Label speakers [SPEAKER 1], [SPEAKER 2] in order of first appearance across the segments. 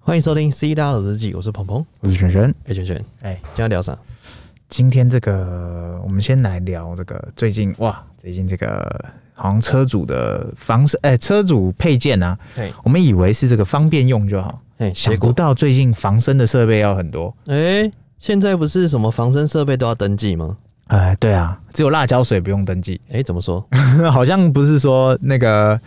[SPEAKER 1] 欢迎收听《C 大佬日记》，我是鹏鹏。
[SPEAKER 2] 我是璇璇。
[SPEAKER 1] 哎、圈圈，
[SPEAKER 2] 哎
[SPEAKER 1] 今天要聊啥？
[SPEAKER 2] 今天这个，我们先来聊这个最近哇，最近这个好像车主的防身，哎、车主配件啊，
[SPEAKER 1] 嘿，
[SPEAKER 2] 我们以为是这个方便用就好，
[SPEAKER 1] 嘿，
[SPEAKER 2] 想
[SPEAKER 1] 结
[SPEAKER 2] 不
[SPEAKER 1] 果，
[SPEAKER 2] 到最近防身的设备要很多。
[SPEAKER 1] 哎、现在不是什么防身设备都要登记吗？
[SPEAKER 2] 哎，对啊，只有辣椒水不用登记，
[SPEAKER 1] 哎、怎么说？
[SPEAKER 2] 好像不是说那个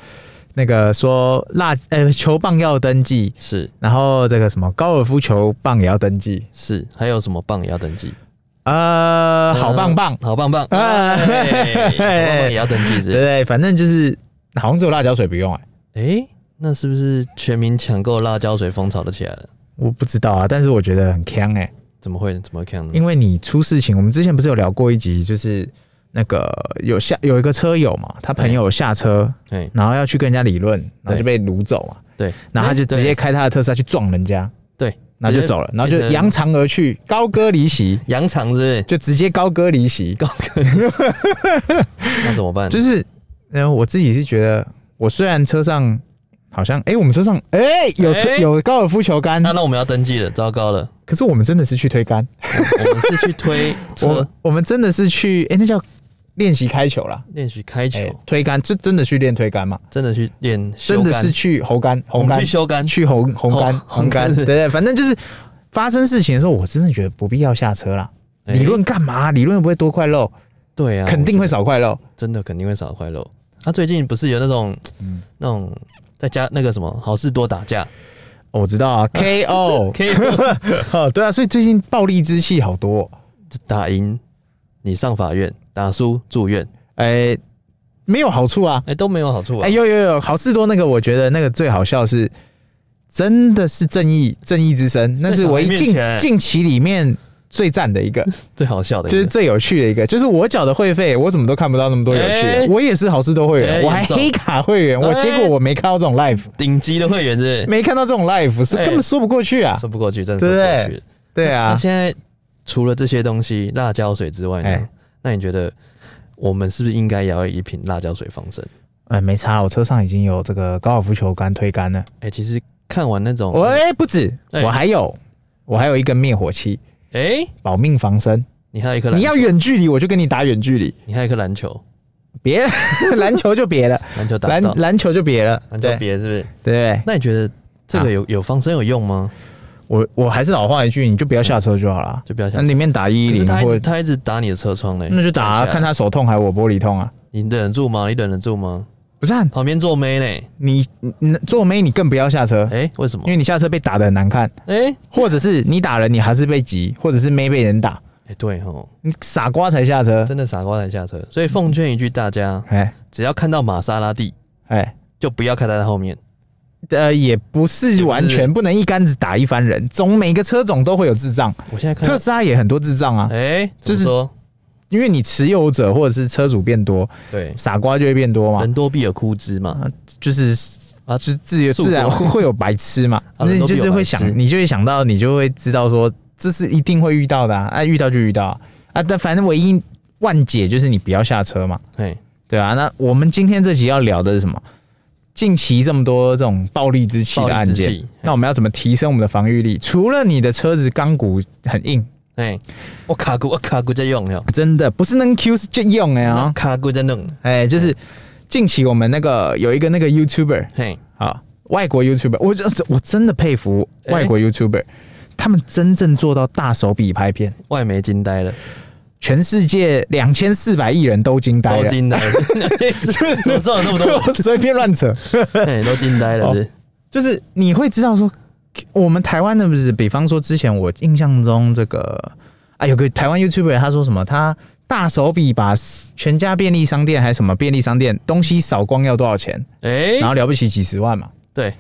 [SPEAKER 2] 那个说辣，呃、球棒要登记，
[SPEAKER 1] 是
[SPEAKER 2] 然后这个什么高尔夫球棒也要登记，
[SPEAKER 1] 是，还有什么棒也要登记？
[SPEAKER 2] 呃，好棒棒，
[SPEAKER 1] 好棒棒，
[SPEAKER 2] 啊
[SPEAKER 1] 哎好棒棒也要登记是不是？
[SPEAKER 2] 对，反正就是好像只有辣椒水不用哎、
[SPEAKER 1] 哎、那是不是全民抢购辣椒水风潮都起来了？
[SPEAKER 2] 我不知道啊，但是我觉得很坑哎、
[SPEAKER 1] 怎么会怎么会看呢？
[SPEAKER 2] 因为你出事情，我们之前不是有聊过一集，就是那个有下有一个车友嘛，他朋友下车，
[SPEAKER 1] 哎、
[SPEAKER 2] 然后要去跟人家理论，然后就
[SPEAKER 1] 对
[SPEAKER 2] 被掳走嘛，
[SPEAKER 1] 对，
[SPEAKER 2] 然后他就直接开他的特斯拉去撞人家，
[SPEAKER 1] 对，
[SPEAKER 2] 然后就走了，然后就
[SPEAKER 1] 变成
[SPEAKER 2] 扬长而去，高歌离席，
[SPEAKER 1] 扬长是不 是？
[SPEAKER 2] 就直接高歌离席，
[SPEAKER 1] 那怎么办？
[SPEAKER 2] 就是，嗯、我自己是觉得，我虽然车上好像，哎、我们车上，哎、有、
[SPEAKER 1] 哎
[SPEAKER 2] 有高尔夫球杆，
[SPEAKER 1] 那那我们要登记了，糟糕了，
[SPEAKER 2] 可是我们真的是去推杆，
[SPEAKER 1] 我们是去推车
[SPEAKER 2] 我我们真的是去，哎、那叫练习开球啦。
[SPEAKER 1] 练习开球，
[SPEAKER 2] 哎、推杆，就真的去练推杆嘛？
[SPEAKER 1] 真的去练修
[SPEAKER 2] 真的
[SPEAKER 1] 杆
[SPEAKER 2] 是去猴杆，
[SPEAKER 1] 我
[SPEAKER 2] 红
[SPEAKER 1] 们
[SPEAKER 2] 杆
[SPEAKER 1] 去修杆，
[SPEAKER 2] 去红红 杆，
[SPEAKER 1] 红
[SPEAKER 2] 红杆，
[SPEAKER 1] 红杆
[SPEAKER 2] 对对，反正就是发生事情的时候，我真的觉得不必要下车啦。
[SPEAKER 1] 哎
[SPEAKER 2] 理论干嘛？理论又不会多块肉，
[SPEAKER 1] 对啊，
[SPEAKER 2] 肯定
[SPEAKER 1] 我
[SPEAKER 2] 会
[SPEAKER 1] 觉
[SPEAKER 2] 少块肉。
[SPEAKER 1] 得真的肯定会少块肉。他、最近不是有那种、
[SPEAKER 2] 嗯
[SPEAKER 1] 那种在家那个什么好事多打架
[SPEAKER 2] 哦我知道 啊，KO，
[SPEAKER 1] 可以
[SPEAKER 2] 哦，对啊，所以最近暴力之气好多哦、
[SPEAKER 1] 打赢你上法院，打输住院，
[SPEAKER 2] 哎、没有好处啊。
[SPEAKER 1] 哎、都没有好处啊。
[SPEAKER 2] 哎、有有有，好事多那个，我觉得那个最好笑是，真的是正义正义之声，那
[SPEAKER 1] 在
[SPEAKER 2] 是
[SPEAKER 1] 小孩
[SPEAKER 2] 我一
[SPEAKER 1] 面
[SPEAKER 2] 近
[SPEAKER 1] 前
[SPEAKER 2] 近期里面最赞的一个，
[SPEAKER 1] 最好笑的
[SPEAKER 2] 就是最有趣的一个，就是我缴的会费，我怎么都看不到那么多有趣的。
[SPEAKER 1] 哎
[SPEAKER 2] 我也是好事多会员，
[SPEAKER 1] 哎
[SPEAKER 2] 我还
[SPEAKER 1] 严重
[SPEAKER 2] 黑卡会员，我
[SPEAKER 1] 哎
[SPEAKER 2] 结果我没看到这种 live，、
[SPEAKER 1] 顶级的会员是不
[SPEAKER 2] 没看到这种 live 是
[SPEAKER 1] 哎
[SPEAKER 2] 根本说不过去啊
[SPEAKER 1] 是，。说不过去，真的说不
[SPEAKER 2] 对
[SPEAKER 1] 过
[SPEAKER 2] 不
[SPEAKER 1] 去。
[SPEAKER 2] 对
[SPEAKER 1] 那
[SPEAKER 2] 啊，
[SPEAKER 1] 现在除了这些东西，辣椒水之外呢？
[SPEAKER 2] 哎
[SPEAKER 1] 那你觉得我们是不是应该也要一瓶辣椒水防身？
[SPEAKER 2] 哎、没差，我车上已经有这个高尔夫球杆推杆了。
[SPEAKER 1] 哎、其实看完那种，
[SPEAKER 2] 我哎、不止，
[SPEAKER 1] 哎
[SPEAKER 2] 我还有我还有一根灭火器，
[SPEAKER 1] 哎、
[SPEAKER 2] 保命防身。
[SPEAKER 1] 你还有一颗篮，
[SPEAKER 2] 你要远距离，我就跟你打远距离。
[SPEAKER 1] 你还有一颗篮球，
[SPEAKER 2] 别 篮球就别了，
[SPEAKER 1] 篮球打不
[SPEAKER 2] 篮
[SPEAKER 1] 到，
[SPEAKER 2] 篮球就别了，
[SPEAKER 1] 篮啊球
[SPEAKER 2] 对
[SPEAKER 1] 别是不是？
[SPEAKER 2] 对。
[SPEAKER 1] 那你觉得这个有、有防身有用吗？
[SPEAKER 2] 我我还是老话一句，你就不要下车就好了，
[SPEAKER 1] 就不要下
[SPEAKER 2] 那
[SPEAKER 1] 车
[SPEAKER 2] 里面打一
[SPEAKER 1] 可是
[SPEAKER 2] 一零
[SPEAKER 1] 他一
[SPEAKER 2] 或
[SPEAKER 1] 直嗯他一直打你的车窗嘞，
[SPEAKER 2] 那就打啊、看
[SPEAKER 1] 他
[SPEAKER 2] 他手痛还是我玻璃痛啊。
[SPEAKER 1] 你忍得住吗？你忍得住吗？
[SPEAKER 2] 不是、啊、
[SPEAKER 1] 旁边坐妹嘞，
[SPEAKER 2] 你你你做妹，你更不要下车，
[SPEAKER 1] 哎、为什
[SPEAKER 2] 因
[SPEAKER 1] 么？
[SPEAKER 2] 为你下车被打的很难 看，
[SPEAKER 1] 哎、哎、
[SPEAKER 2] 或者是你打人你还是被急，或者是妹被人打，
[SPEAKER 1] 对吼，
[SPEAKER 2] 你傻瓜才下车。
[SPEAKER 1] 真的傻瓜才下车。所以奉劝一句大家，
[SPEAKER 2] 哎
[SPEAKER 1] 只要看到玛莎拉蒂，
[SPEAKER 2] 哎，
[SPEAKER 1] 就不要开在他后面。
[SPEAKER 2] 呃，也不是完
[SPEAKER 1] 也不
[SPEAKER 2] 全不能一竿子打一番人，总每个车种都会有智障，
[SPEAKER 1] 我现在看到
[SPEAKER 2] 特，斯拉也很多智障啊，
[SPEAKER 1] 哎、
[SPEAKER 2] 就
[SPEAKER 1] 就是是说，
[SPEAKER 2] 因为你持有者或者是车主变多，
[SPEAKER 1] 对，
[SPEAKER 2] 傻瓜就会变多嘛，
[SPEAKER 1] 人多必有枯枝嘛，
[SPEAKER 2] 就是
[SPEAKER 1] 啊
[SPEAKER 2] 啊，就是自由
[SPEAKER 1] 树
[SPEAKER 2] 自然
[SPEAKER 1] 多
[SPEAKER 2] 会会有白痴嘛，
[SPEAKER 1] 啊
[SPEAKER 2] 那
[SPEAKER 1] 人
[SPEAKER 2] 你
[SPEAKER 1] 都
[SPEAKER 2] 就
[SPEAKER 1] 必有
[SPEAKER 2] 是会
[SPEAKER 1] 白
[SPEAKER 2] 想
[SPEAKER 1] 痴，
[SPEAKER 2] 你就会想到，你就会知道说这是一定会遇到的啊，啊遇到就遇到啊啊，但反正唯一万解就是你不要下车嘛，
[SPEAKER 1] 哎，
[SPEAKER 2] 对啊。那我们今天这集要聊的是什么？近期这么多这种暴力之气
[SPEAKER 1] 暴
[SPEAKER 2] 的
[SPEAKER 1] 力
[SPEAKER 2] 案
[SPEAKER 1] 之
[SPEAKER 2] 件
[SPEAKER 1] 气，
[SPEAKER 2] 那我们要怎么提升我们的防御力？除了你的车子钢骨很硬，
[SPEAKER 1] 哎、我卡骨，我卡骨在用了，
[SPEAKER 2] 真的不是能 Q 是就用哎啊，
[SPEAKER 1] 卡骨在弄，
[SPEAKER 2] 哎，就是近期我们那个有一个那个 YouTuber，
[SPEAKER 1] 嘿，
[SPEAKER 2] 啊，外国 YouTuber，我真我真的佩服
[SPEAKER 1] 哎
[SPEAKER 2] 外国 YouTuber，、他们真正做到大手笔拍片，
[SPEAKER 1] 外媒惊呆了，
[SPEAKER 2] 全世界两千四百亿人都惊呆
[SPEAKER 1] 都
[SPEAKER 2] 了，
[SPEAKER 1] 惊呆了， 怎么知道有那么多？
[SPEAKER 2] 我随便乱扯，
[SPEAKER 1] 哎，都惊呆了，
[SPEAKER 2] 哦
[SPEAKER 1] 是
[SPEAKER 2] 就是你会知道说，我们台湾的不是，比方说之前我印象中这个啊，有个台湾 YouTuber 他说什么，他大手笔把全家便利商店还是什么便利商店东西扫光要多少钱，
[SPEAKER 1] 哎、
[SPEAKER 2] 然后了不起几十万嘛，
[SPEAKER 1] 对，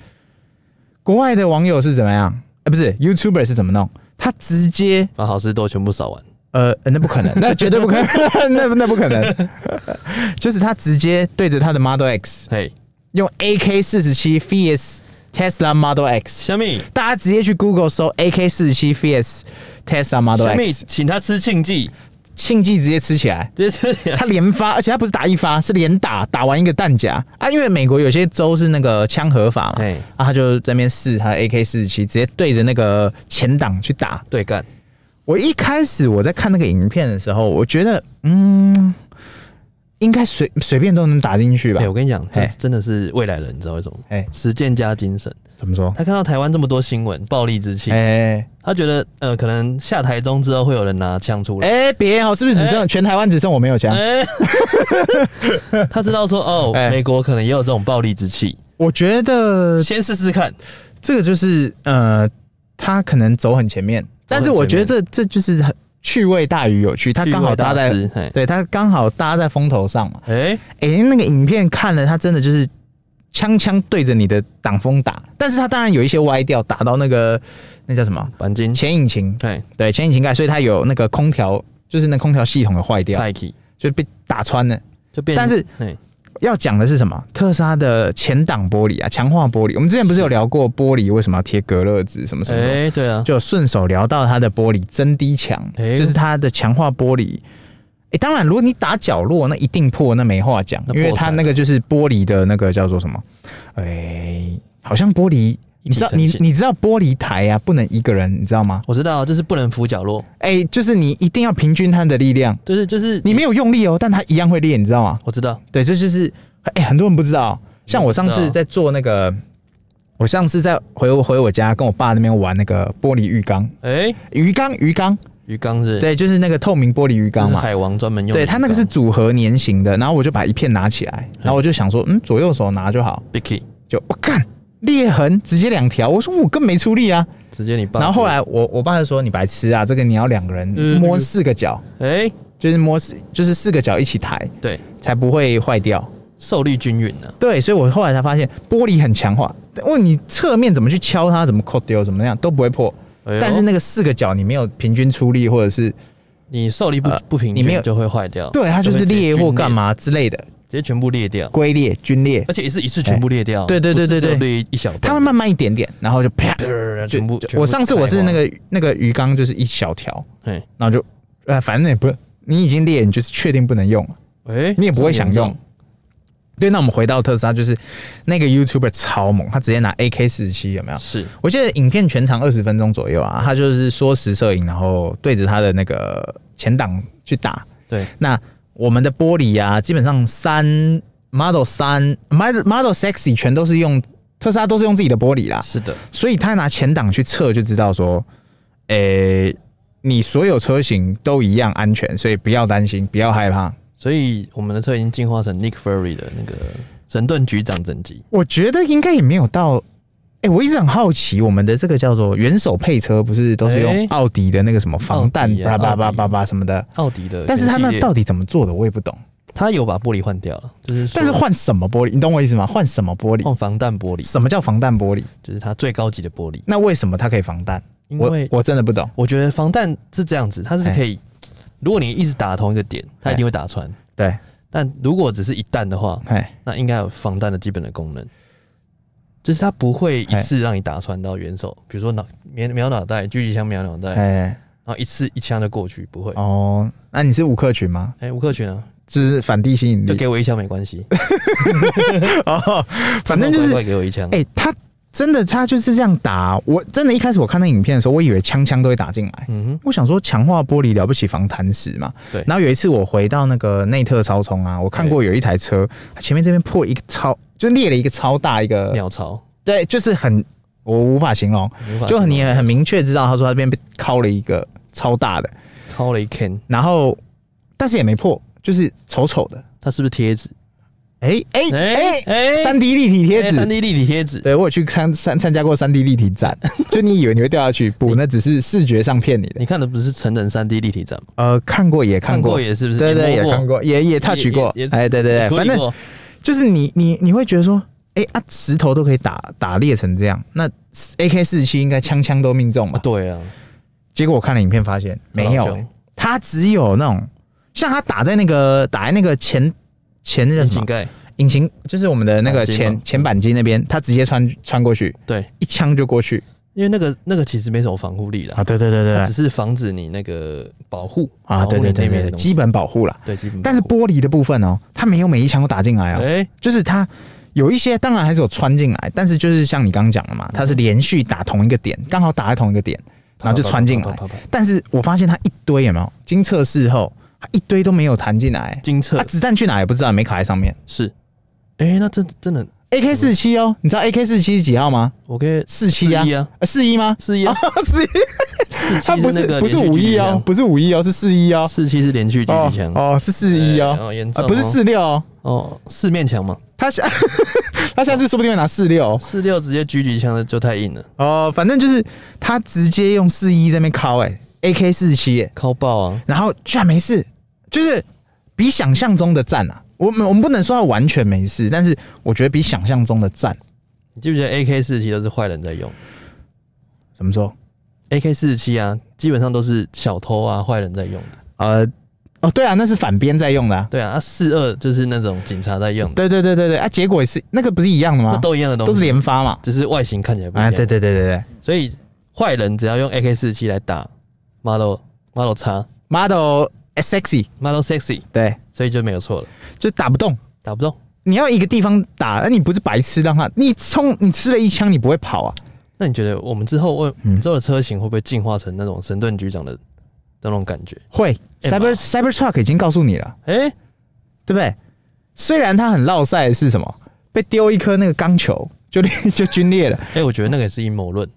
[SPEAKER 2] 国外的网友是怎么样？哎、不是 YouTuber 是怎么弄？他直接
[SPEAKER 1] 把好事多全部扫完。
[SPEAKER 2] 呃，呃那不可能， 那绝对不可能，那那不可能。 就是他直接对着他的 Model X，
[SPEAKER 1] 嘿，
[SPEAKER 2] 用 AK 四十七 VS Tesla Model X，
[SPEAKER 1] 虾米，
[SPEAKER 2] 大家直接去 Google 搜 AK 四十七 VS Tesla Model
[SPEAKER 1] 虾米，
[SPEAKER 2] X，
[SPEAKER 1] 请他吃庆忌，
[SPEAKER 2] 庆记直接吃起来，
[SPEAKER 1] 直接吃起来。
[SPEAKER 2] 他连发，而且他不是打一发，是连打，打完一个弹夹啊！因为美国有些州是那个枪合法嘛，
[SPEAKER 1] 哎，
[SPEAKER 2] 啊，他就在那边试他的 AK 四十七，直接对着那个前挡去打。
[SPEAKER 1] 对 干，
[SPEAKER 2] 我一开始我在看那个影片的时候，我觉得嗯，应该随随便都能打进去吧
[SPEAKER 1] 哎，？我跟你讲，这
[SPEAKER 2] 哎
[SPEAKER 1] 真的是未来人，你知道为什么吗？
[SPEAKER 2] 哎，
[SPEAKER 1] 实践加精神。
[SPEAKER 2] 怎么说？
[SPEAKER 1] 他看到台湾这么多新闻，暴力之气，
[SPEAKER 2] 哎
[SPEAKER 1] 他觉得呃，可能下台中之后会有人拿枪出来。
[SPEAKER 2] 哎，别哦，是不是只剩全台湾只剩我没有枪？
[SPEAKER 1] 哎，他知道说哦，
[SPEAKER 2] 哎
[SPEAKER 1] 美国可能也有这种暴力之气，
[SPEAKER 2] 我觉得
[SPEAKER 1] 先试试看。
[SPEAKER 2] 这个就是呃，他可能走很前面，但是我觉得这这就是很趣味大于有趣，他刚好搭在，
[SPEAKER 1] 趣味大师哎
[SPEAKER 2] 对他刚好搭在风头上嘛。
[SPEAKER 1] 哎，
[SPEAKER 2] 哎、那个影片看了，他真的就是枪枪对着你的挡风打，但是他当然有一些歪掉，打到那个那叫什么
[SPEAKER 1] 钣金，
[SPEAKER 2] 前引擎，
[SPEAKER 1] 哎
[SPEAKER 2] 对前引擎盖，所以他有那个空调，就是那空调系统有坏掉，
[SPEAKER 1] 派克
[SPEAKER 2] 就被打穿了。
[SPEAKER 1] 就变，
[SPEAKER 2] 但是
[SPEAKER 1] 哎
[SPEAKER 2] 要讲的是什么？特斯拉的前挡玻璃啊，强化玻璃。我们之前不是有聊过玻璃为什么要贴隔热纸什么什么的
[SPEAKER 1] 哎，对啊，
[SPEAKER 2] 就顺手聊到它的玻璃真低墙，
[SPEAKER 1] 哎
[SPEAKER 2] 就是它的强化玻璃。哎、当然，如果你打角落，那一定破，那没话讲
[SPEAKER 1] 那，
[SPEAKER 2] 因
[SPEAKER 1] 破
[SPEAKER 2] 为它
[SPEAKER 1] 产
[SPEAKER 2] 那个就是玻璃的那个叫做什么？哎、好像玻璃，你知道
[SPEAKER 1] 成
[SPEAKER 2] 你
[SPEAKER 1] 型
[SPEAKER 2] 你知道玻璃台啊，不能一个人，你知道吗？
[SPEAKER 1] 我知道，就是不能扶角落，
[SPEAKER 2] 哎、就是你一定要平均它的力量，
[SPEAKER 1] 就是就是
[SPEAKER 2] 你没有用力哦，但它一样会裂，你知道吗？
[SPEAKER 1] 我知道，
[SPEAKER 2] 对，这就是哎、很多人不知道，像我上
[SPEAKER 1] 我不知
[SPEAKER 2] 次
[SPEAKER 1] 道
[SPEAKER 2] 在做那个，我上次在回回我家跟我爸那边玩那个玻璃浴缸，
[SPEAKER 1] 哎，
[SPEAKER 2] 鱼缸鱼缸。
[SPEAKER 1] 鱼缸是，
[SPEAKER 2] 对，就是那个透明玻璃鱼
[SPEAKER 1] 这
[SPEAKER 2] 缸
[SPEAKER 1] 是
[SPEAKER 2] 嘛。
[SPEAKER 1] 海王专门用的鱼
[SPEAKER 2] 对，
[SPEAKER 1] 缸，
[SPEAKER 2] 它那个是组合粘型的，然后我就把一片拿起来，然后我就想说，嗯，左右手拿就好，
[SPEAKER 1] Bicky，
[SPEAKER 2] 就我干、裂痕直接两条，我说我更没出力啊。
[SPEAKER 1] 直接你爸，
[SPEAKER 2] 然后后来我我爸就说你白痴啊，这个你要两个人
[SPEAKER 1] 嗯
[SPEAKER 2] 摸四个角，
[SPEAKER 1] 哎，
[SPEAKER 2] 就是摸四就是四个角一起抬
[SPEAKER 1] 对，
[SPEAKER 2] 才不会坏掉。
[SPEAKER 1] 受力均匀啊，
[SPEAKER 2] 对，所以我后来才发现玻璃很强化，问你侧面怎么去敲它，怎么扣丢，怎么样都不会破。
[SPEAKER 1] 哎呦
[SPEAKER 2] 但是那个四个角你没有平均出力，或者是
[SPEAKER 1] 你受力不
[SPEAKER 2] 呃
[SPEAKER 1] 不平
[SPEAKER 2] 你没
[SPEAKER 1] 均
[SPEAKER 2] 有
[SPEAKER 1] 就会坏掉，
[SPEAKER 2] 对它就是
[SPEAKER 1] 会直接
[SPEAKER 2] 裂
[SPEAKER 1] 皲
[SPEAKER 2] 或干，嘛之类的，
[SPEAKER 1] 直接全部裂掉，
[SPEAKER 2] 龟裂、皲裂，
[SPEAKER 1] 而且一次一次全部裂掉，
[SPEAKER 2] 哎对对对对
[SPEAKER 1] 不是只有
[SPEAKER 2] 对
[SPEAKER 1] 裂一小段，
[SPEAKER 2] 它会慢慢一点点，然后就啪，
[SPEAKER 1] 呃
[SPEAKER 2] 就
[SPEAKER 1] 全部
[SPEAKER 2] 就，
[SPEAKER 1] 全部
[SPEAKER 2] 我上次我是那
[SPEAKER 1] 开
[SPEAKER 2] 个那个鱼缸就是一小条，
[SPEAKER 1] 花，哎
[SPEAKER 2] 然后就呃，反正也不，你已经裂，你就是确定不能用了，
[SPEAKER 1] 哎，
[SPEAKER 2] 你也不
[SPEAKER 1] 这
[SPEAKER 2] 会
[SPEAKER 1] 么
[SPEAKER 2] 想
[SPEAKER 1] 严重
[SPEAKER 2] 用。对，那我们回到特斯拉，就是那个 YouTuber 超猛，他直接拿 AK 四十七，有没有？
[SPEAKER 1] 是
[SPEAKER 2] 我记得影片全长二十分钟左右啊，他就是缩时摄影，然后对着他的那个前挡去打。
[SPEAKER 1] 对，
[SPEAKER 2] 那我们的玻璃啊，基本上三 Model 三 Model Model Sexy 全都是用特斯拉都是用自己的玻璃啦，
[SPEAKER 1] 是的，
[SPEAKER 2] 所以他拿前挡去测就知道说，诶、你所有车型都一样安全，所以不要担心，不要害怕。
[SPEAKER 1] 所以我们的车已经进化成 Nick Fury 的那个神盾局长等级，
[SPEAKER 2] 我觉得应该也没有到，诶、我一直很好奇，我们的这个叫做元首配车，不是都是
[SPEAKER 1] 诶
[SPEAKER 2] 用奥迪的那个什么防弹
[SPEAKER 1] 哎奥迪啊
[SPEAKER 2] 叭叭叭
[SPEAKER 1] 奥迪
[SPEAKER 2] 叭叭什么的，
[SPEAKER 1] 奥迪的全系列。
[SPEAKER 2] 但是他那到底怎么做的，我也不懂。
[SPEAKER 1] 他有把玻璃换掉了，就是说
[SPEAKER 2] 但是换什么玻璃，你懂我意思吗？换什么玻璃？
[SPEAKER 1] 换防弹玻璃，
[SPEAKER 2] 什么叫防弹玻璃？
[SPEAKER 1] 就是它最高级的玻璃，
[SPEAKER 2] 那为什么它可以防弹？
[SPEAKER 1] 因
[SPEAKER 2] 我哎
[SPEAKER 1] 为
[SPEAKER 2] 我真的不懂。
[SPEAKER 1] 我觉得防弹是这样子，它是可以，如果你一直打同一个点，它一定会打穿。
[SPEAKER 2] 对，
[SPEAKER 1] 但如果只是一弹的话，
[SPEAKER 2] 哎，
[SPEAKER 1] 那应该有防弹的基本的功能，就是它不会
[SPEAKER 2] 哎
[SPEAKER 1] 一次让你打穿到元首，比如说脑瞄瞄脑袋，狙击枪瞄脑袋，然
[SPEAKER 2] 哎，
[SPEAKER 1] 后一次一枪就过去，不会。
[SPEAKER 2] 哦，那你是吴克群吗？
[SPEAKER 1] 哎，吴克群啊，
[SPEAKER 2] 就是反地心引
[SPEAKER 1] 就
[SPEAKER 2] 力。
[SPEAKER 1] 给我一枪没关系，
[SPEAKER 2] 哦，反正就是
[SPEAKER 1] 乖， 乖给我一枪。
[SPEAKER 2] 哎、他真的他就是这样打。我真的一开始我看那影片的时候，我以为枪枪都会打进来。
[SPEAKER 1] 嗯
[SPEAKER 2] 我想说强化玻璃了不起防弹石嘛。
[SPEAKER 1] 对
[SPEAKER 2] 然后有一次我回到那个内特超充啊，我看过有一台车，它前面这边破一个超，就裂了一个超大一
[SPEAKER 1] 哼，
[SPEAKER 2] 个，
[SPEAKER 1] 鸟巢
[SPEAKER 2] 对，就是很我无法形容，
[SPEAKER 1] 无法
[SPEAKER 2] 就
[SPEAKER 1] 形容
[SPEAKER 2] 你也很明确知道，他说他这边被敲了一个超大的，
[SPEAKER 1] 敲了一 can，
[SPEAKER 2] 然后但是也没破，就是丑丑的。
[SPEAKER 1] 它是不是贴纸？
[SPEAKER 2] 哎哎
[SPEAKER 1] 哎
[SPEAKER 2] 哎，
[SPEAKER 1] 哎
[SPEAKER 2] 三 D 立体贴纸
[SPEAKER 1] 三，D 立体贴纸，
[SPEAKER 2] 对我有去参参参加过三 D 立体 展，就你以为你会掉下去，不，那只是视觉上骗你的。
[SPEAKER 1] 你看的不是成人三 D 立体展吗？
[SPEAKER 2] 呃，看过也看
[SPEAKER 1] 看
[SPEAKER 2] 过，
[SPEAKER 1] 过也是不是？
[SPEAKER 2] 对对
[SPEAKER 1] 摸
[SPEAKER 2] 也看过，也也 touch 过
[SPEAKER 1] 也也，
[SPEAKER 2] 哎对对
[SPEAKER 1] 也
[SPEAKER 2] 对，
[SPEAKER 1] 处
[SPEAKER 2] 反
[SPEAKER 1] 理
[SPEAKER 2] 正
[SPEAKER 1] 过
[SPEAKER 2] 就是你你你会觉得说，哎啊石头都可以打打裂成这样，那 AK 四七应该枪枪都命中
[SPEAKER 1] 啊
[SPEAKER 2] 吧？
[SPEAKER 1] 对啊，
[SPEAKER 2] 结果我看了影片发现没
[SPEAKER 1] 老
[SPEAKER 2] 有
[SPEAKER 1] 兄，
[SPEAKER 2] 它只有那种像它打在那个打在那个前前那叫
[SPEAKER 1] 引
[SPEAKER 2] 什
[SPEAKER 1] 擎
[SPEAKER 2] 么
[SPEAKER 1] 盖，
[SPEAKER 2] 引擎，就是我们的那
[SPEAKER 1] 钣
[SPEAKER 2] 个
[SPEAKER 1] 金吗
[SPEAKER 2] 前前钣金那边，它直接穿穿过去，
[SPEAKER 1] 对，
[SPEAKER 2] 一枪就过去，
[SPEAKER 1] 因为那个那个其实没什么防护力啦
[SPEAKER 2] 啊，，对对对对
[SPEAKER 1] 它
[SPEAKER 2] 对
[SPEAKER 1] 只是防止你那个保护
[SPEAKER 2] 啊，对对对
[SPEAKER 1] 那边
[SPEAKER 2] 对，
[SPEAKER 1] 的
[SPEAKER 2] 对
[SPEAKER 1] 东
[SPEAKER 2] 基
[SPEAKER 1] 西，
[SPEAKER 2] 本保护啦。
[SPEAKER 1] 对基本保护，
[SPEAKER 2] 但是玻璃的部分哦，它没有每一枪都打进来哦，
[SPEAKER 1] 哎
[SPEAKER 2] 就是它有一些当然还是有穿进来，但是就是像你刚刚讲的嘛，它是连续打同一个点，刚好打在同一个点，然后就穿进来。
[SPEAKER 1] 啪啪啪啪啪啪
[SPEAKER 2] 但是我发现它一堆有没有经测试后，它一堆都没有弹进来，
[SPEAKER 1] 金测
[SPEAKER 2] 啊，子弹去哪也不知道，没卡在上面。
[SPEAKER 1] 是，哎，那真真的
[SPEAKER 2] AK 四七哦，你知道 AK 四七是几号吗？
[SPEAKER 1] 我可以
[SPEAKER 2] 四七啊
[SPEAKER 1] 四一啊，
[SPEAKER 2] 四一吗？
[SPEAKER 1] 四一啊，
[SPEAKER 2] 四一，
[SPEAKER 1] 四
[SPEAKER 2] 它
[SPEAKER 1] 七
[SPEAKER 2] 不
[SPEAKER 1] 那
[SPEAKER 2] 是
[SPEAKER 1] 个
[SPEAKER 2] 不是
[SPEAKER 1] 连续
[SPEAKER 2] 五
[SPEAKER 1] 狙
[SPEAKER 2] 一
[SPEAKER 1] 击
[SPEAKER 2] 哦，
[SPEAKER 1] 枪，
[SPEAKER 2] 不是五一哦，是四一哦。
[SPEAKER 1] 四七是连续狙
[SPEAKER 2] 哦
[SPEAKER 1] 击枪，
[SPEAKER 2] 哦，是四一
[SPEAKER 1] 哎
[SPEAKER 2] 哦，
[SPEAKER 1] 哦，严
[SPEAKER 2] 啊
[SPEAKER 1] 重哦，
[SPEAKER 2] 不是四六哦，
[SPEAKER 1] 哦，四面墙嘛，
[SPEAKER 2] 他下他下次说不定会拿四六
[SPEAKER 1] 四六直接狙击枪的就太硬了，
[SPEAKER 2] 哦，反正就是他直接用四一在那边敲哎，AK 四七哎，
[SPEAKER 1] 靠爆啊，
[SPEAKER 2] 然后居然没事，就是比想象中的赞啊。我们我们不能说他完全没事，但是我觉得比想象中的赞。
[SPEAKER 1] 你记不记得 AK 四七都是坏人在用
[SPEAKER 2] 怎么说？
[SPEAKER 1] ？AK 四七啊，基本上都是小偷啊、坏人在用的。
[SPEAKER 2] 呃，哦，对啊，那是反编在用的、啊。
[SPEAKER 1] 对啊，四二就是那种警察在用的，
[SPEAKER 2] 对对对对对啊，结果也是那个不是一样的
[SPEAKER 1] 那
[SPEAKER 2] 吗？
[SPEAKER 1] 都一样的东西，
[SPEAKER 2] 啊都是连发嘛。
[SPEAKER 1] 只是外形看起来不一
[SPEAKER 2] 啊，
[SPEAKER 1] 样。
[SPEAKER 2] 对对对对对
[SPEAKER 1] 所以坏人只要用 AK 四七来打 model model 叉
[SPEAKER 2] ，model sexy，
[SPEAKER 1] model sexy，
[SPEAKER 2] 对，
[SPEAKER 1] 所以就没有错了，
[SPEAKER 2] 就打不动。
[SPEAKER 1] 打不动。
[SPEAKER 2] 你要一个地方打，那你不是白痴让他，你冲你吃了一枪，你不会跑啊？
[SPEAKER 1] 那你觉得我们之后问
[SPEAKER 2] 嗯
[SPEAKER 1] 之后的车型会不会进化成那种神盾局长的那种感觉？
[SPEAKER 2] 会
[SPEAKER 1] 哎
[SPEAKER 2] ，Cyber
[SPEAKER 1] 妈
[SPEAKER 2] Cyber Truck 已经告诉你了，
[SPEAKER 1] 哎、
[SPEAKER 2] 对不对？虽然它很落赛的是什么，被丢一颗那个钢球就 就皲裂了。
[SPEAKER 1] 哎、我觉得那个也是阴谋论。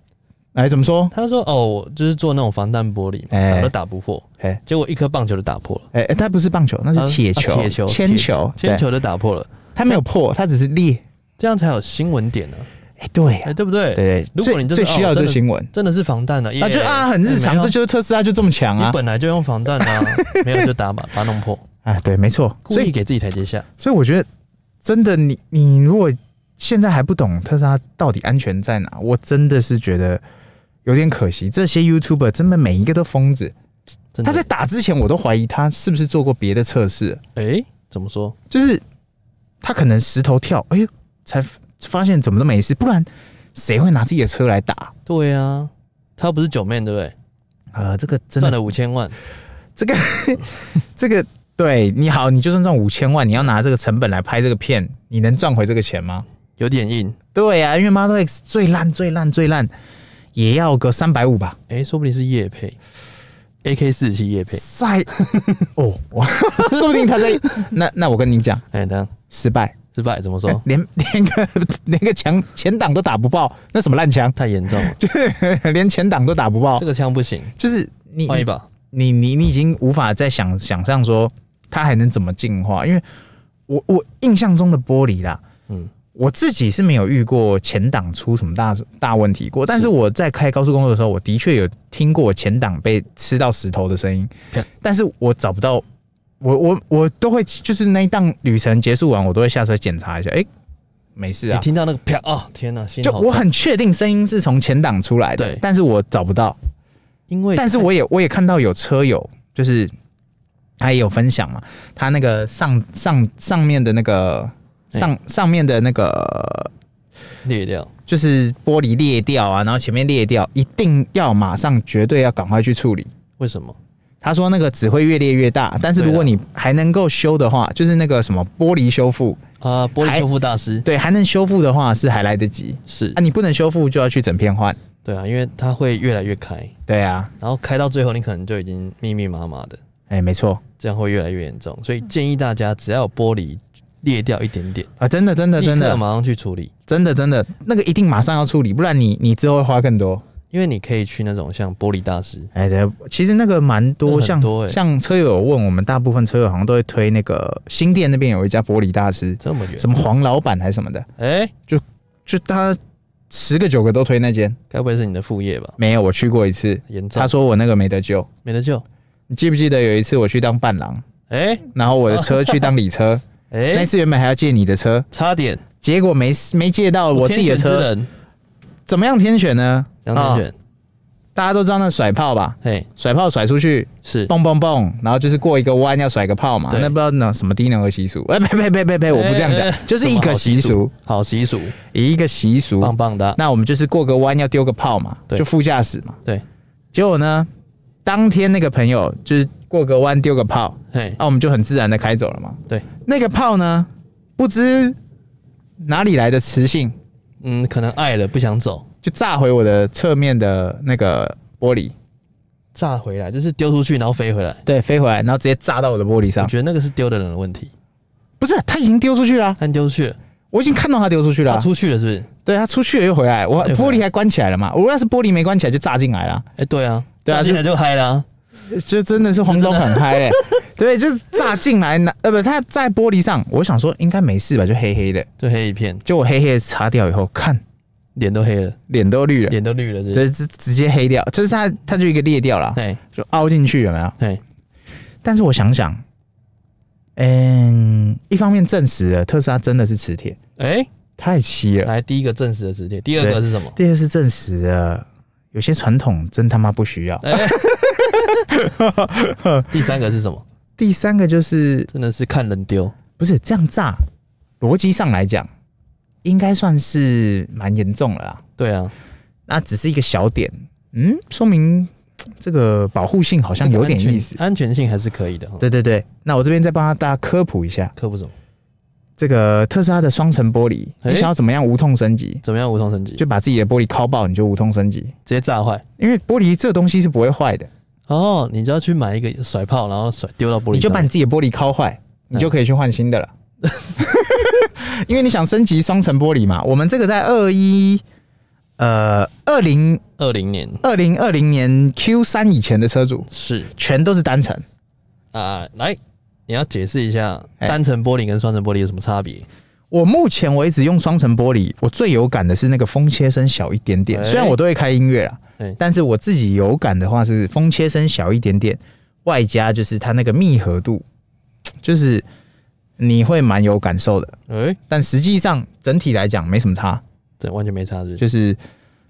[SPEAKER 2] 哎，怎么说？
[SPEAKER 1] 他说：“哦，我就是做那种防弹玻璃嘛，
[SPEAKER 2] 哎
[SPEAKER 1] 打都打不破，
[SPEAKER 2] 哎
[SPEAKER 1] 结果一颗棒球就打破了，
[SPEAKER 2] 哎，哎它不是棒球，那
[SPEAKER 1] 啊
[SPEAKER 2] 是铁球、
[SPEAKER 1] 啊铁球、
[SPEAKER 2] 铅
[SPEAKER 1] 铁
[SPEAKER 2] 球、
[SPEAKER 1] 铅
[SPEAKER 2] 对，
[SPEAKER 1] 球就打破了，
[SPEAKER 2] 它没有破，它只是裂。
[SPEAKER 1] 这样才有新闻点呢、
[SPEAKER 2] 哎，对
[SPEAKER 1] 哎、
[SPEAKER 2] 啊，
[SPEAKER 1] 对不对？
[SPEAKER 2] 对，对
[SPEAKER 1] 如果你就
[SPEAKER 2] 最
[SPEAKER 1] 是
[SPEAKER 2] 最需要
[SPEAKER 1] 哦
[SPEAKER 2] 的
[SPEAKER 1] 真
[SPEAKER 2] 就是
[SPEAKER 1] 的
[SPEAKER 2] 新闻
[SPEAKER 1] 真的是防弹的、耶哎
[SPEAKER 2] 啊，就啊，很日
[SPEAKER 1] 没
[SPEAKER 2] 常，
[SPEAKER 1] 有
[SPEAKER 2] 这就是特斯拉就这么强
[SPEAKER 1] 你
[SPEAKER 2] 啊
[SPEAKER 1] 本来就用防弹 啊，没有就打把把它弄破，
[SPEAKER 2] 啊，对，没错，
[SPEAKER 1] 故
[SPEAKER 2] 所以
[SPEAKER 1] 意给自己台阶下。
[SPEAKER 2] 所以我觉得，真的你，你如果现在还不懂特斯拉到底安全在哪，我真的是觉得有点可惜。这些 YouTuber 真的每一个都疯子，
[SPEAKER 1] 真的
[SPEAKER 2] 他在打之前，我都怀疑他是不是做过别的测试，
[SPEAKER 1] 哎、怎么说？
[SPEAKER 2] 就是他可能石头跳，哎呦，才发现怎么都没事，不然谁会拿自己的车来打？
[SPEAKER 1] 对啊，他不是九妹对不对？
[SPEAKER 2] 呃，这个真
[SPEAKER 1] 赚
[SPEAKER 2] 的，
[SPEAKER 1] 了五千万，
[SPEAKER 2] 这个这个。对你好，你就算赚五千万，你要拿这个成本来拍这个片，你能赚回这个钱吗？
[SPEAKER 1] 有点硬。
[SPEAKER 2] 对呀、啊，因为 Model X 最烂最烂最烂，也要个三百五吧。
[SPEAKER 1] 哎、说不定是叶配，AK 四七叶配。
[SPEAKER 2] 再哦，我 说不定他在 那那我跟你讲，
[SPEAKER 1] 哎、等一下
[SPEAKER 2] 失败，
[SPEAKER 1] 失败怎么说？
[SPEAKER 2] 连连个 连个墙前挡都打不爆，那什么烂枪，
[SPEAKER 1] 太严重了，
[SPEAKER 2] 就是 连前挡都打不爆
[SPEAKER 1] 这，个枪不行，
[SPEAKER 2] 就是你
[SPEAKER 1] 换一把。
[SPEAKER 2] 你你你已经无法再想想象说它还能怎么进化，因为我我印象中的玻璃啦，
[SPEAKER 1] 嗯，
[SPEAKER 2] 我自己是没有遇过前挡出什么大大问题过，但是我在开高速公路的时候，我的确有听过前挡被吃到石头的声音
[SPEAKER 1] 啪，
[SPEAKER 2] 但是我找不到，我我我都会就是那一档旅程结束完，我都会下车检查一下，哎、没事
[SPEAKER 1] 你
[SPEAKER 2] 啊，
[SPEAKER 1] 听到那个啪哦，天哪、心
[SPEAKER 2] 就
[SPEAKER 1] 好
[SPEAKER 2] 我
[SPEAKER 1] 痛。
[SPEAKER 2] 很确定声音是从前挡出来的
[SPEAKER 1] 对，
[SPEAKER 2] 但是我找不到，
[SPEAKER 1] 因为
[SPEAKER 2] 但是我也我也看到有车友就是他也有分享嘛，他那个上上上面的那个上上面的那个
[SPEAKER 1] 裂掉，
[SPEAKER 2] 就是玻璃裂掉啊，然后前面裂掉，一定要马上绝对要赶快去处理。
[SPEAKER 1] 为什么？
[SPEAKER 2] 他说那个只会越裂越大，但是如果
[SPEAKER 1] 对啊
[SPEAKER 2] 你还能够修的话，就是那个什么玻璃修复，
[SPEAKER 1] 啊，玻璃修复大师
[SPEAKER 2] 对，还能修复的话是还来得及
[SPEAKER 1] 是
[SPEAKER 2] 啊，，你不能修复就要去整片换。
[SPEAKER 1] 对啊，因为它会越来越开，
[SPEAKER 2] 对啊，
[SPEAKER 1] 然后开到最后，你可能就已经密密麻麻的，
[SPEAKER 2] 哎、没错
[SPEAKER 1] 这样会越来越严重。所以建议大家，只要有玻璃裂掉一点点，
[SPEAKER 2] 啊，真的真的
[SPEAKER 1] 立
[SPEAKER 2] 真
[SPEAKER 1] 刻
[SPEAKER 2] 的
[SPEAKER 1] 马上去处理，
[SPEAKER 2] 真的真的，那个一定马上要处理，不然你你之后会花更多。
[SPEAKER 1] 因为你可以去那种像玻璃大师，
[SPEAKER 2] 哎，对，其实那个蛮
[SPEAKER 1] 那
[SPEAKER 2] 多，
[SPEAKER 1] 很
[SPEAKER 2] 像
[SPEAKER 1] 多欸
[SPEAKER 2] 像车友有问我们，大部分车友好像都会推那个新店那边有一家玻璃大师，
[SPEAKER 1] 这么远，
[SPEAKER 2] 什么黄老板还是什么的，
[SPEAKER 1] 哎、
[SPEAKER 2] 就他十个九个都推那间，
[SPEAKER 1] 该不会是你的副业吧？
[SPEAKER 2] 没有我去过一次，
[SPEAKER 1] 严重
[SPEAKER 2] 他，说我那个没得救。
[SPEAKER 1] 没得救。
[SPEAKER 2] 你记不记得有一次我去当伴郎，
[SPEAKER 1] 哎、
[SPEAKER 2] 然后我的车去当礼车，
[SPEAKER 1] 哎、
[SPEAKER 2] 那次原本还要借你的车，
[SPEAKER 1] 差点，
[SPEAKER 2] 结果没没借到我自己
[SPEAKER 1] 天选
[SPEAKER 2] 的
[SPEAKER 1] 之
[SPEAKER 2] 车，
[SPEAKER 1] 人，
[SPEAKER 2] 怎么样天选呢？
[SPEAKER 1] 杨天
[SPEAKER 2] 啊
[SPEAKER 1] 选，
[SPEAKER 2] 大家都知道那甩炮吧？
[SPEAKER 1] 嘿，
[SPEAKER 2] 甩炮甩出去，
[SPEAKER 1] 是
[SPEAKER 2] 蹦蹦蹦，然后就是过一个弯要甩个炮嘛。
[SPEAKER 1] 对
[SPEAKER 2] 那不知道那什么低能儿习俗？哎，呸呸呸呸呸，我不这样
[SPEAKER 1] 哎哎
[SPEAKER 2] 讲
[SPEAKER 1] 哎，
[SPEAKER 2] 就是一
[SPEAKER 1] 什么
[SPEAKER 2] 个
[SPEAKER 1] 好
[SPEAKER 2] 习俗，，嗯
[SPEAKER 1] 好习俗，
[SPEAKER 2] 一个习俗。
[SPEAKER 1] 棒棒的，啊
[SPEAKER 2] 那我们就是过个弯要丢个炮嘛，
[SPEAKER 1] 对
[SPEAKER 2] 就副驾驶嘛。
[SPEAKER 1] 对，
[SPEAKER 2] 结果呢，当天那个朋友就是过个弯丢个炮，
[SPEAKER 1] 嘿，
[SPEAKER 2] 那、我们就很自然的开走了嘛。
[SPEAKER 1] 对，
[SPEAKER 2] 那个炮呢，不知哪里来的磁性，
[SPEAKER 1] 嗯，可能爱了不想走，
[SPEAKER 2] 就炸回我的侧面的那个玻璃，
[SPEAKER 1] 炸回来就是丢出去然后飞回来，
[SPEAKER 2] 对，飞回来，然后直接炸到我的玻璃
[SPEAKER 1] 我
[SPEAKER 2] 上。
[SPEAKER 1] 觉得那个是丢的人的问题，
[SPEAKER 2] 不是，他已经丢出去了啊、
[SPEAKER 1] 但丢出去了，
[SPEAKER 2] 我已经看到他丢出去了啊、
[SPEAKER 1] 他出去了是不是？
[SPEAKER 2] 对他出去了又回来，我
[SPEAKER 1] 又回
[SPEAKER 2] 玻
[SPEAKER 1] 来
[SPEAKER 2] 璃还关起来了嘛。我要是玻璃没关起来就炸进来了啊、
[SPEAKER 1] 哎，对啊，
[SPEAKER 2] 对啊
[SPEAKER 1] 那
[SPEAKER 2] 就
[SPEAKER 1] 进来就嗨啦，
[SPEAKER 2] 就真的是红中很嗨嘞、 对，就是炸进来，那呃不，他在玻璃上，我想说应该没事吧，就黑黑的，
[SPEAKER 1] 就黑一片，
[SPEAKER 2] 就我黑黑的擦掉以后，看
[SPEAKER 1] 脸都黑了，
[SPEAKER 2] 脸都绿了，
[SPEAKER 1] 脸都绿了，是不是？
[SPEAKER 2] 这直直接黑掉，就是它它就一个裂掉了，
[SPEAKER 1] 嘿，
[SPEAKER 2] 就凹进去有没有？
[SPEAKER 1] 嘿，
[SPEAKER 2] 但是我想想，嗯，一方面证实了特斯拉真的是磁铁，
[SPEAKER 1] 哎，
[SPEAKER 2] 太稀了；
[SPEAKER 1] 来第一个正式的磁铁，第二个是什 么？
[SPEAKER 2] 第二是证实了有些传统真他妈不需要。
[SPEAKER 1] 哎，第三个是什么？
[SPEAKER 2] 第三个就是
[SPEAKER 1] 真的是看人丢，
[SPEAKER 2] 不是这样炸，逻辑上来讲，应该算是蛮严重了啦。
[SPEAKER 1] 对啊，
[SPEAKER 2] 那只是一个小点，嗯，说明嘖这个保护性好像有点意思。
[SPEAKER 1] 安全，安全性还是可以的哈。
[SPEAKER 2] 对对对，那我这边再帮大家科普一下，
[SPEAKER 1] 科普什么？
[SPEAKER 2] 这个特斯拉的双层玻璃，
[SPEAKER 1] 哎
[SPEAKER 2] 你想要怎么样无痛升级，
[SPEAKER 1] 怎么样无痛升级？就
[SPEAKER 2] 就把自己的玻璃敲爆，你就无痛升级，
[SPEAKER 1] 直接炸坏。
[SPEAKER 2] 因为玻璃这东西是不会坏的，
[SPEAKER 1] 哦，你就要去买一个甩炮，然后甩丢到玻璃嗯
[SPEAKER 2] 你就把
[SPEAKER 1] 上
[SPEAKER 2] 你自己的玻璃敲坏，你就可以去换新的了。 因为你想升级双层玻璃嘛，我们这个在二一呃二零
[SPEAKER 1] 二零年
[SPEAKER 2] 二零二零年 Q 三以前的车主
[SPEAKER 1] 是
[SPEAKER 2] 全都是单层。
[SPEAKER 1] 啊、来，你要解释一下
[SPEAKER 2] 哎
[SPEAKER 1] 单层玻璃跟双层玻璃有什么差别？
[SPEAKER 2] 我目前为止用双层玻璃，我最有感的是那个风切声小一点点。
[SPEAKER 1] 哎
[SPEAKER 2] 虽然我都会开音乐啦，啊
[SPEAKER 1] 哎
[SPEAKER 2] 但是我自己有感的话是风切声小一点点，外加就是它那个密合度，就是你会蛮有感受的。
[SPEAKER 1] 哎、
[SPEAKER 2] 但实际上整体来讲没什么差，
[SPEAKER 1] 这完全没差，是不是？
[SPEAKER 2] 就是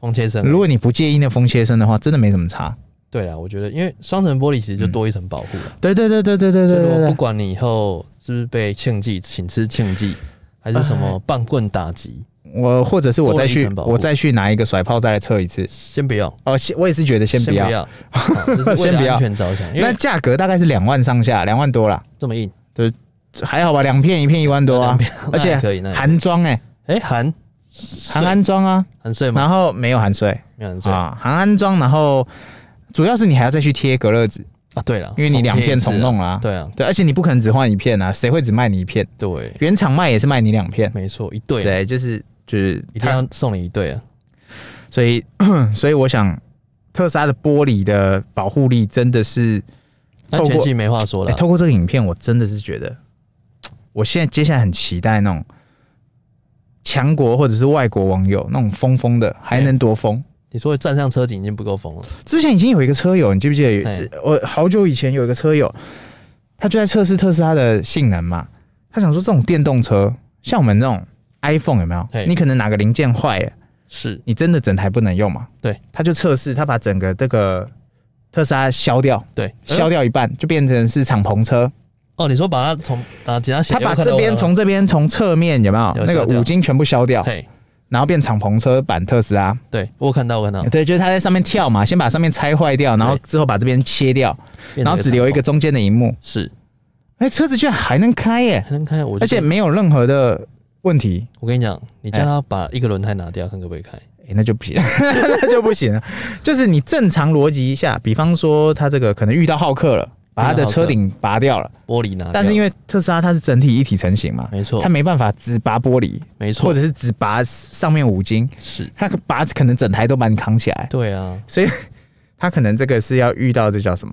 [SPEAKER 1] 风切声。
[SPEAKER 2] 如果你不介意那风切声的话，真的没什么差。
[SPEAKER 1] 对啦，我觉得因为双层玻璃其实就多一层保护了，
[SPEAKER 2] 对对对对对对
[SPEAKER 1] 所
[SPEAKER 2] 对
[SPEAKER 1] 以
[SPEAKER 2] 对
[SPEAKER 1] 我不
[SPEAKER 2] 对，
[SPEAKER 1] 管你以后是不是被庆忌，请吃庆忌，还是什
[SPEAKER 2] 哎
[SPEAKER 1] 么棒棍打击，
[SPEAKER 2] 我或者是我
[SPEAKER 1] 多
[SPEAKER 2] 再
[SPEAKER 1] 一
[SPEAKER 2] 去
[SPEAKER 1] 层保护
[SPEAKER 2] 我再去拿一个甩炮再来测一次。
[SPEAKER 1] 先不要，
[SPEAKER 2] 哦，先我也是觉得先不要。
[SPEAKER 1] 好就是为
[SPEAKER 2] 先
[SPEAKER 1] 了
[SPEAKER 2] 不要
[SPEAKER 1] 安全着想，因
[SPEAKER 2] 那
[SPEAKER 1] 为
[SPEAKER 2] 价格大概是两万上下，两万多啦。
[SPEAKER 1] 这么硬，
[SPEAKER 2] 还好吧，两片一片一万多啊
[SPEAKER 1] 两，边
[SPEAKER 2] 而且
[SPEAKER 1] 那还可以，那还
[SPEAKER 2] 含装哎、
[SPEAKER 1] 哎含
[SPEAKER 2] 含安装啊，
[SPEAKER 1] 含税吗？
[SPEAKER 2] 然后没有含税
[SPEAKER 1] 没有含税啊
[SPEAKER 2] 啊，含安装，然后主要是你还要再去贴隔热纸，
[SPEAKER 1] 啊对了，
[SPEAKER 2] 因为你两片
[SPEAKER 1] 重贴
[SPEAKER 2] 重
[SPEAKER 1] 一次啊
[SPEAKER 2] 弄啦、
[SPEAKER 1] 对啊，
[SPEAKER 2] 对，而且你不可能只换一片啊，谁会只卖你一片？
[SPEAKER 1] 对，
[SPEAKER 2] 原厂卖也是卖你两片，
[SPEAKER 1] 没错，一对啊
[SPEAKER 2] 对，就是就是
[SPEAKER 1] 一定
[SPEAKER 2] 它，
[SPEAKER 1] 要送你一对啊。
[SPEAKER 2] 所以 所以我想特斯拉的玻璃的保护力真的是，
[SPEAKER 1] 安全性没话说
[SPEAKER 2] 哎、
[SPEAKER 1] 了，
[SPEAKER 2] 透过这个影片，我真的是觉得，我现在接下来很期待那种强国或者是外国网友那种疯疯的，还能多疯。
[SPEAKER 1] 你说站上车顶已经不够疯了，
[SPEAKER 2] 之前已经有一个车友，你记不记得有？
[SPEAKER 1] 嘿
[SPEAKER 2] 之我好久以前有一个车友，他就在测试特斯拉的性能嘛。他想说，这种电动车，像我们那种 iPhone 有没有
[SPEAKER 1] 嘿？
[SPEAKER 2] 你可能哪个零件坏了，
[SPEAKER 1] 是
[SPEAKER 2] 你真的整台不能用嘛？
[SPEAKER 1] 对，
[SPEAKER 2] 他就测试，他把整个这个特斯拉削掉，
[SPEAKER 1] 对呃
[SPEAKER 2] 削掉一半，就变成是敞篷车。
[SPEAKER 1] 哦，你说把它从啊，其他
[SPEAKER 2] 他把这边从这边从侧面有没有
[SPEAKER 1] 有
[SPEAKER 2] 那个
[SPEAKER 1] 削掉
[SPEAKER 2] 五金全部削掉，
[SPEAKER 1] 嘿，
[SPEAKER 2] 然后变敞篷车版特斯拉。
[SPEAKER 1] 对我有看到我看到，
[SPEAKER 2] 对，就是他在上面跳嘛，先把上面拆坏掉，然后
[SPEAKER 1] 嗯对
[SPEAKER 2] 之后把这边切掉，
[SPEAKER 1] 变成
[SPEAKER 2] 然后只留一个
[SPEAKER 1] 敞
[SPEAKER 2] 中间的荧幕
[SPEAKER 1] 篷。是
[SPEAKER 2] 哎，车子居然还能开耶，
[SPEAKER 1] 还能看，我就
[SPEAKER 2] 而且哎没有任何的问题。
[SPEAKER 1] 我跟你讲，你叫他把一个轮胎拿掉，看可不可以开？
[SPEAKER 2] 哎，那就不行， 那就不行了。就是你正常逻辑一下，比方说他这个可能遇到浩克了，把他的车顶拔掉了，
[SPEAKER 1] 玻璃拿掉，
[SPEAKER 2] 但是因
[SPEAKER 1] 为
[SPEAKER 2] 为特斯拉它是整体一体成型嘛，
[SPEAKER 1] 没错
[SPEAKER 2] 它没办法只拔玻璃，
[SPEAKER 1] 没
[SPEAKER 2] 或
[SPEAKER 1] 错
[SPEAKER 2] 者是只拔上面五金，
[SPEAKER 1] 是，
[SPEAKER 2] 他把可能整台都把你扛起来，
[SPEAKER 1] 对啊，
[SPEAKER 2] 所以 他可能这个是要遇到这叫什么？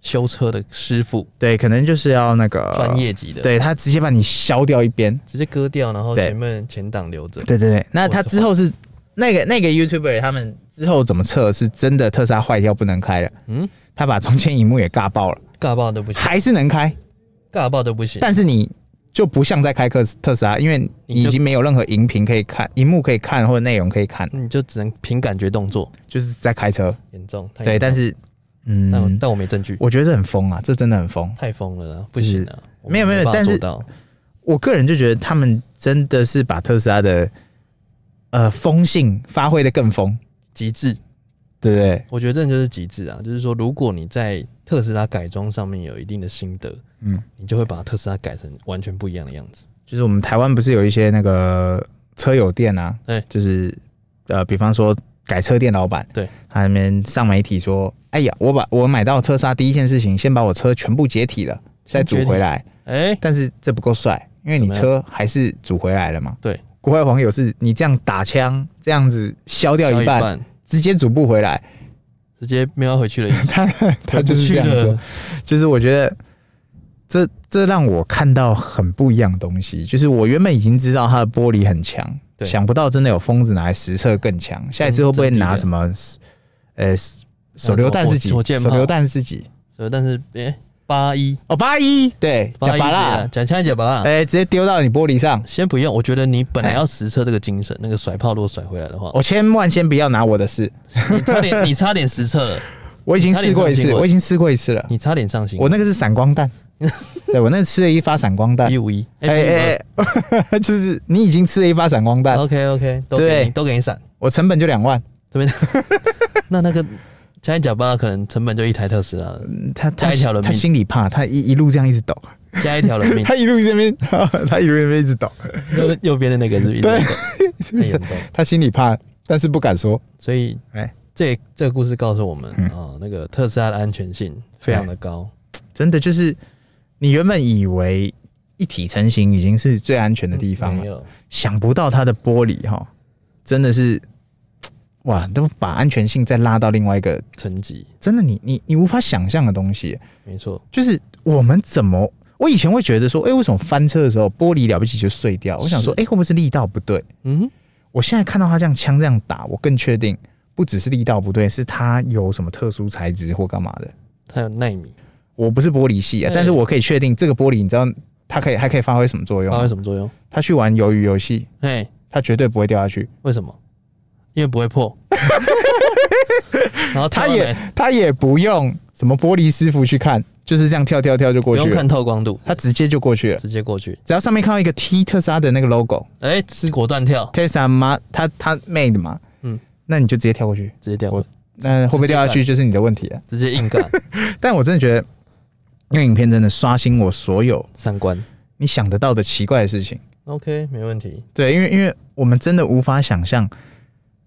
[SPEAKER 1] 修车的师傅
[SPEAKER 2] 对，可能就是要那个
[SPEAKER 1] 专，业级的，，
[SPEAKER 2] 呃对他直接把你削掉一边。
[SPEAKER 1] 直接割掉，然后
[SPEAKER 2] 对
[SPEAKER 1] 前面前挡留着，
[SPEAKER 2] 对对对，那他
[SPEAKER 1] 我是
[SPEAKER 2] 之后是那个那个 YouTuber 他们之后怎么测？是真的特斯拉坏掉不能开了，
[SPEAKER 1] 嗯，
[SPEAKER 2] 他把中间荧幕也尬爆了，
[SPEAKER 1] 尬爆都不行，
[SPEAKER 2] 还是能开，
[SPEAKER 1] 尬爆都不行，
[SPEAKER 2] 但是你就不像在开特特斯拉，因为你
[SPEAKER 1] 你就
[SPEAKER 2] 已经没有任何荧屏可以看，荧幕可以看或者内容可以看，
[SPEAKER 1] 你就只能凭感觉动作，
[SPEAKER 2] 就是在开车。
[SPEAKER 1] 严重。太
[SPEAKER 2] 对，
[SPEAKER 1] 严重
[SPEAKER 2] 但是
[SPEAKER 1] 但哎我
[SPEAKER 2] 嗯，
[SPEAKER 1] 但我没证据，
[SPEAKER 2] 我觉得这很疯啊，这真的很疯。
[SPEAKER 1] 太疯了啦，不
[SPEAKER 2] 就是
[SPEAKER 1] 行啊，我们
[SPEAKER 2] 没有没有
[SPEAKER 1] 办法
[SPEAKER 2] 但
[SPEAKER 1] 做
[SPEAKER 2] 是
[SPEAKER 1] 到
[SPEAKER 2] 我个人就觉得他们真的是把特斯拉的呃风性发挥的更疯，
[SPEAKER 1] 极致，
[SPEAKER 2] 对不对？
[SPEAKER 1] 我觉得这就是极致啊，就是说，如果你在特斯拉改装上面有一定的心得，
[SPEAKER 2] 嗯，
[SPEAKER 1] 你就会把特斯拉改成完全不一样的样子。
[SPEAKER 2] 就是我们台湾不是有一些那个车友店啊，
[SPEAKER 1] 对
[SPEAKER 2] 就是呃，比方说改车店老板，
[SPEAKER 1] 对，
[SPEAKER 2] 他那边上媒体说，哎呀，我把我买到特斯拉第一件事情，先把我车全部解体了，再
[SPEAKER 1] 先解
[SPEAKER 2] 组
[SPEAKER 1] 体
[SPEAKER 2] 回来，
[SPEAKER 1] 哎、
[SPEAKER 2] 但是这不够帅，因为你
[SPEAKER 1] 怎么
[SPEAKER 2] 车还是组回来了嘛。
[SPEAKER 1] 对，
[SPEAKER 2] 国外网友是你这样打枪，这样子削掉
[SPEAKER 1] 削
[SPEAKER 2] 一半，直接组不回来，
[SPEAKER 1] 直接瞄回去了，
[SPEAKER 2] 他 他
[SPEAKER 1] 回不
[SPEAKER 2] 就是
[SPEAKER 1] 去
[SPEAKER 2] 这样做
[SPEAKER 1] 了。。
[SPEAKER 2] 就是我觉得这这让我看到很不一样的东西。就是我原本已经知道它的玻璃很强，
[SPEAKER 1] 对
[SPEAKER 2] 想不到真的有疯子拿来实测更强。下一次会不会拿什么呃手榴弹自己
[SPEAKER 1] 火火箭炮
[SPEAKER 2] 手榴弹自己？
[SPEAKER 1] 所以，但是哎，八一
[SPEAKER 2] 哦，八一对，
[SPEAKER 1] 八
[SPEAKER 2] 假
[SPEAKER 1] 一啊
[SPEAKER 2] 巴
[SPEAKER 1] 啦，
[SPEAKER 2] 啦，
[SPEAKER 1] 讲枪讲巴啦。
[SPEAKER 2] 哎、直接丢到你玻璃上。
[SPEAKER 1] 先不用，我觉得你本来要实测这个精神，那个甩炮如果甩回来的话，
[SPEAKER 2] 哎我千万先不要拿我的事，
[SPEAKER 1] 你差点你差点实测了，
[SPEAKER 2] 我已经试过一
[SPEAKER 1] 你差点上
[SPEAKER 2] 次，
[SPEAKER 1] 新闻
[SPEAKER 2] 我已经试过一次了。
[SPEAKER 1] 你差点上心。
[SPEAKER 2] 我那个是闪 光弹，对我那个吃了一发闪光弹
[SPEAKER 1] 一，五一，
[SPEAKER 2] 哎哎哎， 就是你已经吃了一发闪光弹，
[SPEAKER 1] ，OK OK，都给
[SPEAKER 2] 对
[SPEAKER 1] 你都给你闪
[SPEAKER 2] 我成本就两万，
[SPEAKER 1] 这边。那那个加一假巴拉可能成本就一台特斯拉了，
[SPEAKER 2] 他他
[SPEAKER 1] 加一条人命
[SPEAKER 2] 他心里怕，他一一路这样一直抖，
[SPEAKER 1] 加一条人 命，
[SPEAKER 2] 他一路这边，他一路这边一直抖，
[SPEAKER 1] 右右边的那个是不是
[SPEAKER 2] 对
[SPEAKER 1] 太严重。
[SPEAKER 2] 他心里怕，但是不敢说。
[SPEAKER 1] 所以
[SPEAKER 2] 哎，
[SPEAKER 1] 这这个故事告诉我们啊、
[SPEAKER 2] 嗯
[SPEAKER 1] 那个特斯拉的安全性非常的高，
[SPEAKER 2] 真的就是，你原本以为一体成型已经是最安全的哎地方啊
[SPEAKER 1] 没
[SPEAKER 2] 了，
[SPEAKER 1] 有
[SPEAKER 2] 想不到它的玻璃哈，真的是，哇，都把安全性再拉到另外一个，
[SPEAKER 1] 层级，
[SPEAKER 2] 真的你你你无法想象的东西，
[SPEAKER 1] 没错，
[SPEAKER 2] 就是我们怎么。我以前会觉得说，哎、为什么翻车的时候玻璃了不起就碎掉？我想说，哎、会不会是力道不对？
[SPEAKER 1] 嗯，
[SPEAKER 2] 我现在看到他这样枪这样打，我更确定不只是力道不对，是他有什么特殊材质或干嘛的。
[SPEAKER 1] 它有纳米，
[SPEAKER 2] 我不是玻璃系啊，
[SPEAKER 1] 对
[SPEAKER 2] 但是我可以确定这个玻璃，你知道它可以还可以发挥什么作用
[SPEAKER 1] 发
[SPEAKER 2] 啊
[SPEAKER 1] 挥？什么作用？
[SPEAKER 2] 他去玩鱿鱼游戏，
[SPEAKER 1] 哎，
[SPEAKER 2] 他绝对不会掉下去，
[SPEAKER 1] 为什么？因为不会 破。然后它
[SPEAKER 2] 他也他也不用什么玻璃师傅去看，就是这样跳跳跳就
[SPEAKER 1] 不
[SPEAKER 2] 过
[SPEAKER 1] 用
[SPEAKER 2] 去了
[SPEAKER 1] 看，透光度，
[SPEAKER 2] 他直接就过去了。
[SPEAKER 1] 直接过去，
[SPEAKER 2] 只要上面看到一个 T 特斯拉的那个 logo，Tesla
[SPEAKER 1] 哎，是果断跳，
[SPEAKER 2] 嘛，啊他他 made 嘛，
[SPEAKER 1] 嗯，
[SPEAKER 2] 那你就直接跳过去，
[SPEAKER 1] 直接掉，
[SPEAKER 2] 我那会不会掉下去就是你的问题了。
[SPEAKER 1] 直接硬干
[SPEAKER 2] 但我真的觉得那个影片真的刷新我所有
[SPEAKER 1] 三关。
[SPEAKER 2] 你想得到的奇怪的事情。
[SPEAKER 1] OK，没问题。
[SPEAKER 2] 对，因为因为我们真的无法想象，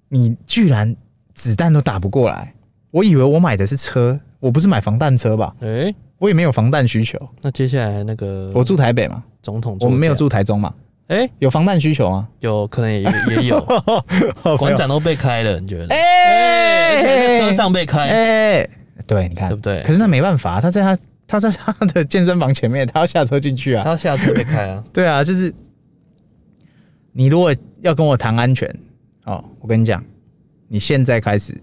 [SPEAKER 2] 你居然子弹都打不过来。我以为我买的是车，我不是买防弹车吧？
[SPEAKER 1] 哎，
[SPEAKER 2] 我也没有防弹需求，
[SPEAKER 1] 那接下来那个
[SPEAKER 2] 我住台北嘛，
[SPEAKER 1] 总统座
[SPEAKER 2] 我
[SPEAKER 1] 驾，
[SPEAKER 2] 们没有住台中嘛，
[SPEAKER 1] 哎，
[SPEAKER 2] 有防弹需 求吗？
[SPEAKER 1] 有可能也也也有
[SPEAKER 2] 没
[SPEAKER 1] 馆
[SPEAKER 2] 有
[SPEAKER 1] 长都被开了，你觉得？
[SPEAKER 2] 哎
[SPEAKER 1] 而且在车上被开，
[SPEAKER 2] 哎、对，你看，
[SPEAKER 1] 对不对
[SPEAKER 2] 可是那没办法，他在他他在他的健身房前面，他要下车进去啊
[SPEAKER 1] 他。要下车被开啊。
[SPEAKER 2] 对啊，就是你如果要跟我谈安全哦，我跟你讲，你现在开始，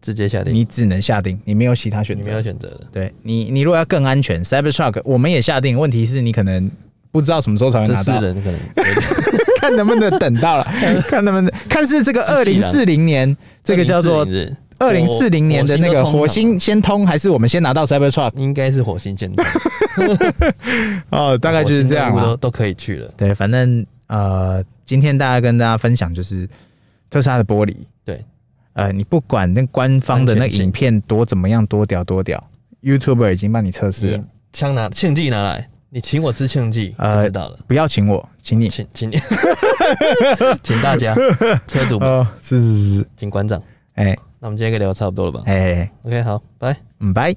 [SPEAKER 1] 直接下定，
[SPEAKER 2] 你只能下定，你没有其他选
[SPEAKER 1] 你没有
[SPEAKER 2] 择。
[SPEAKER 1] 选择的，
[SPEAKER 2] 对你，你如果要更安全，Cybertruck 我们也下定，问题是你可能不知道什么时候才会
[SPEAKER 1] 这
[SPEAKER 2] 拿
[SPEAKER 1] 是
[SPEAKER 2] 到，
[SPEAKER 1] 人可能
[SPEAKER 2] 看能不能等到 了，看能不能看是这个
[SPEAKER 1] 是
[SPEAKER 2] 二
[SPEAKER 1] 喜
[SPEAKER 2] 零
[SPEAKER 1] 兰
[SPEAKER 2] 四零年，这个叫做
[SPEAKER 1] 2040
[SPEAKER 2] 二零四零年的那个火
[SPEAKER 1] 火星
[SPEAKER 2] 星先通，还是我们先拿到 Cybertruck？
[SPEAKER 1] 应该是火星先到，
[SPEAKER 2] 哦，大概就是这样、
[SPEAKER 1] 火星任务
[SPEAKER 2] 啊
[SPEAKER 1] 都。都可以去了。
[SPEAKER 2] 对，反正呃，今天大家跟大家分享就是特斯拉的玻璃，
[SPEAKER 1] 对，
[SPEAKER 2] 呃，你不管那官方的那
[SPEAKER 1] 安全性
[SPEAKER 2] 影片多怎么样多屌多屌，YouTuber 已经帮你测试
[SPEAKER 1] 你
[SPEAKER 2] 了，
[SPEAKER 1] 枪拿庆记拿来，你请我吃庆记，
[SPEAKER 2] 呃
[SPEAKER 1] 就知道了。
[SPEAKER 2] 不要请我，请你。
[SPEAKER 1] 请请你，请大家车主们，
[SPEAKER 2] 哦，是是是，
[SPEAKER 1] 请馆长。
[SPEAKER 2] 哎
[SPEAKER 1] 那我们今天可以聊得差不多了吧
[SPEAKER 2] 哎，
[SPEAKER 1] ？OK，好，拜。
[SPEAKER 2] 嗯，拜。